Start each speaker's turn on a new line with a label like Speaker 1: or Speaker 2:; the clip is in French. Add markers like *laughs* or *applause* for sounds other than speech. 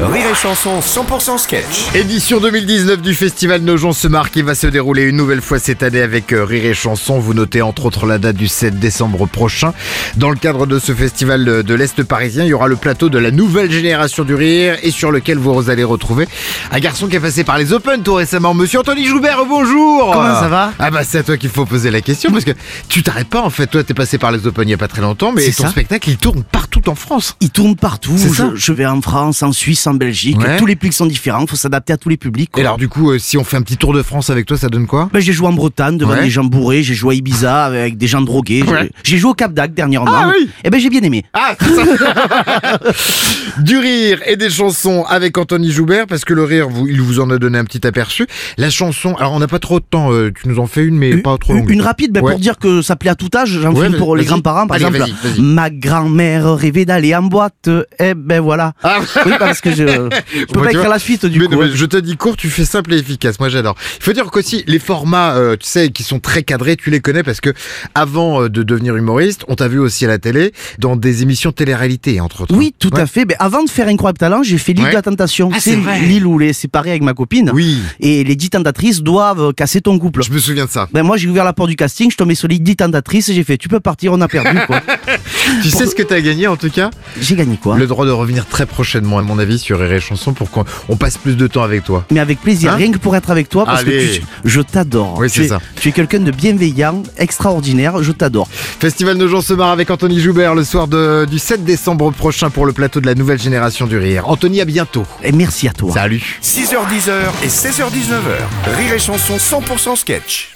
Speaker 1: Rire et Chanson 100% sketch.
Speaker 2: Édition 2019 du festival Nogent se marque qui va se dérouler une nouvelle fois cette année avec euh, Rire et Chanson. Vous notez entre autres la date du 7 décembre prochain. Dans le cadre de ce festival euh, de l'Est parisien, il y aura le plateau de la nouvelle génération du rire et sur lequel vous allez retrouver un garçon qui est passé par les Open tout récemment. Monsieur Anthony Joubert, bonjour
Speaker 3: Comment ça va
Speaker 2: Ah bah c'est à toi qu'il faut poser la question parce que tu t'arrêtes pas en fait. Toi t'es passé par les Open il y a pas très longtemps mais
Speaker 3: C'est
Speaker 2: ton
Speaker 3: ça.
Speaker 2: spectacle il tourne partout en France.
Speaker 3: Il tourne partout.
Speaker 2: C'est ça.
Speaker 3: Je, je vais en France, en Suisse, en Belgique.
Speaker 2: Ouais.
Speaker 3: Tous les publics sont différents. Faut s'adapter à tous les publics. quoi.
Speaker 2: Et alors du coup euh, si on fait un petit tour de France avec toi ça donne quoi
Speaker 3: Ben, j'ai joué en Bretagne devant
Speaker 2: Ouais.
Speaker 3: des gens bourrés. J'ai joué à Ibiza avec des gens drogués. j'ai-
Speaker 2: Ouais.
Speaker 3: J'ai joué au Cap d'Agde dernièrement.
Speaker 2: Ah oui.
Speaker 3: Et ben j'ai bien aimé.
Speaker 2: Ah, c'est ça. Du rire et des chansons avec Anthony Joubert, parce que le rire, vous, il vous en a donné un petit aperçu. La chanson, alors on n'a pas trop de temps, euh, tu nous en fais une, mais
Speaker 3: Une-
Speaker 2: pas trop
Speaker 3: une,
Speaker 2: longue.
Speaker 3: une rapide ben,
Speaker 2: Ouais.
Speaker 3: pour dire que ça plaît à tout âge. J'en
Speaker 2: Ouais,
Speaker 3: filme pour
Speaker 2: vas-y.
Speaker 3: les grands-parents par
Speaker 2: Allez,
Speaker 3: exemple.
Speaker 2: vas-y, vas-y.
Speaker 3: Ma grand-mère rêvait d'aller en boîte. Eh ben voilà.
Speaker 2: Ah,
Speaker 3: Oui parce que
Speaker 2: *laughs*
Speaker 3: je, je peux
Speaker 2: Moi,
Speaker 3: pas
Speaker 2: tu vois,
Speaker 3: écrire la suite du
Speaker 2: mais
Speaker 3: coup. hein.
Speaker 2: non, mais je te dis court, tu fais simple et efficace. Moi, j'adore. Il faut dire qu'aussi, les formats, euh, tu sais, qui sont très cadrés, tu les connais parce que avant euh, de devenir humoriste, on t'a vu aussi à la télé dans des émissions télé-réalité, entre autres. hein.
Speaker 3: Oui, tout à fait. Ben, avant de faire Incroyable Talent, j'ai fait l'île
Speaker 2: Ouais.
Speaker 3: de la Tentation.
Speaker 2: Ah, c'est
Speaker 3: c'est
Speaker 2: vrai.
Speaker 3: l'île où les séparés avec ma copine.
Speaker 2: Oui,
Speaker 3: et les dix tentatrices doivent casser ton couple.
Speaker 2: je me souviens de ça.
Speaker 3: Ben moi j'ai ouvert la porte du casting, je tombais sur les 10 tentatrices et j'ai fait tu peux partir, on a perdu
Speaker 2: *laughs*
Speaker 3: quoi.
Speaker 2: Tu sais ce que t'as gagné, en tout cas?
Speaker 3: j'ai gagné quoi.
Speaker 2: Le droit de revenir très prochainement, à mon avis, sur Rire et Chanson pour qu'on on passe plus de temps avec toi.
Speaker 3: Mais avec plaisir,
Speaker 2: Hein
Speaker 3: rien que pour être avec toi parce
Speaker 2: Allez.
Speaker 3: que tu- je t'adore.
Speaker 2: Oui,
Speaker 3: Tu
Speaker 2: c'est
Speaker 3: es-
Speaker 2: ça.
Speaker 3: Tu es quelqu'un de bienveillant, extraordinaire, je t'adore.
Speaker 2: Festival Nogent se marre avec Anthony Joubert le soir de- du 7 décembre prochain pour le plateau de la nouvelle génération du rire. Anthony, à bientôt.
Speaker 3: Et merci à toi.
Speaker 2: Salut.
Speaker 1: 6h10 et 16h19h. Rire et Chanson 100% sketch.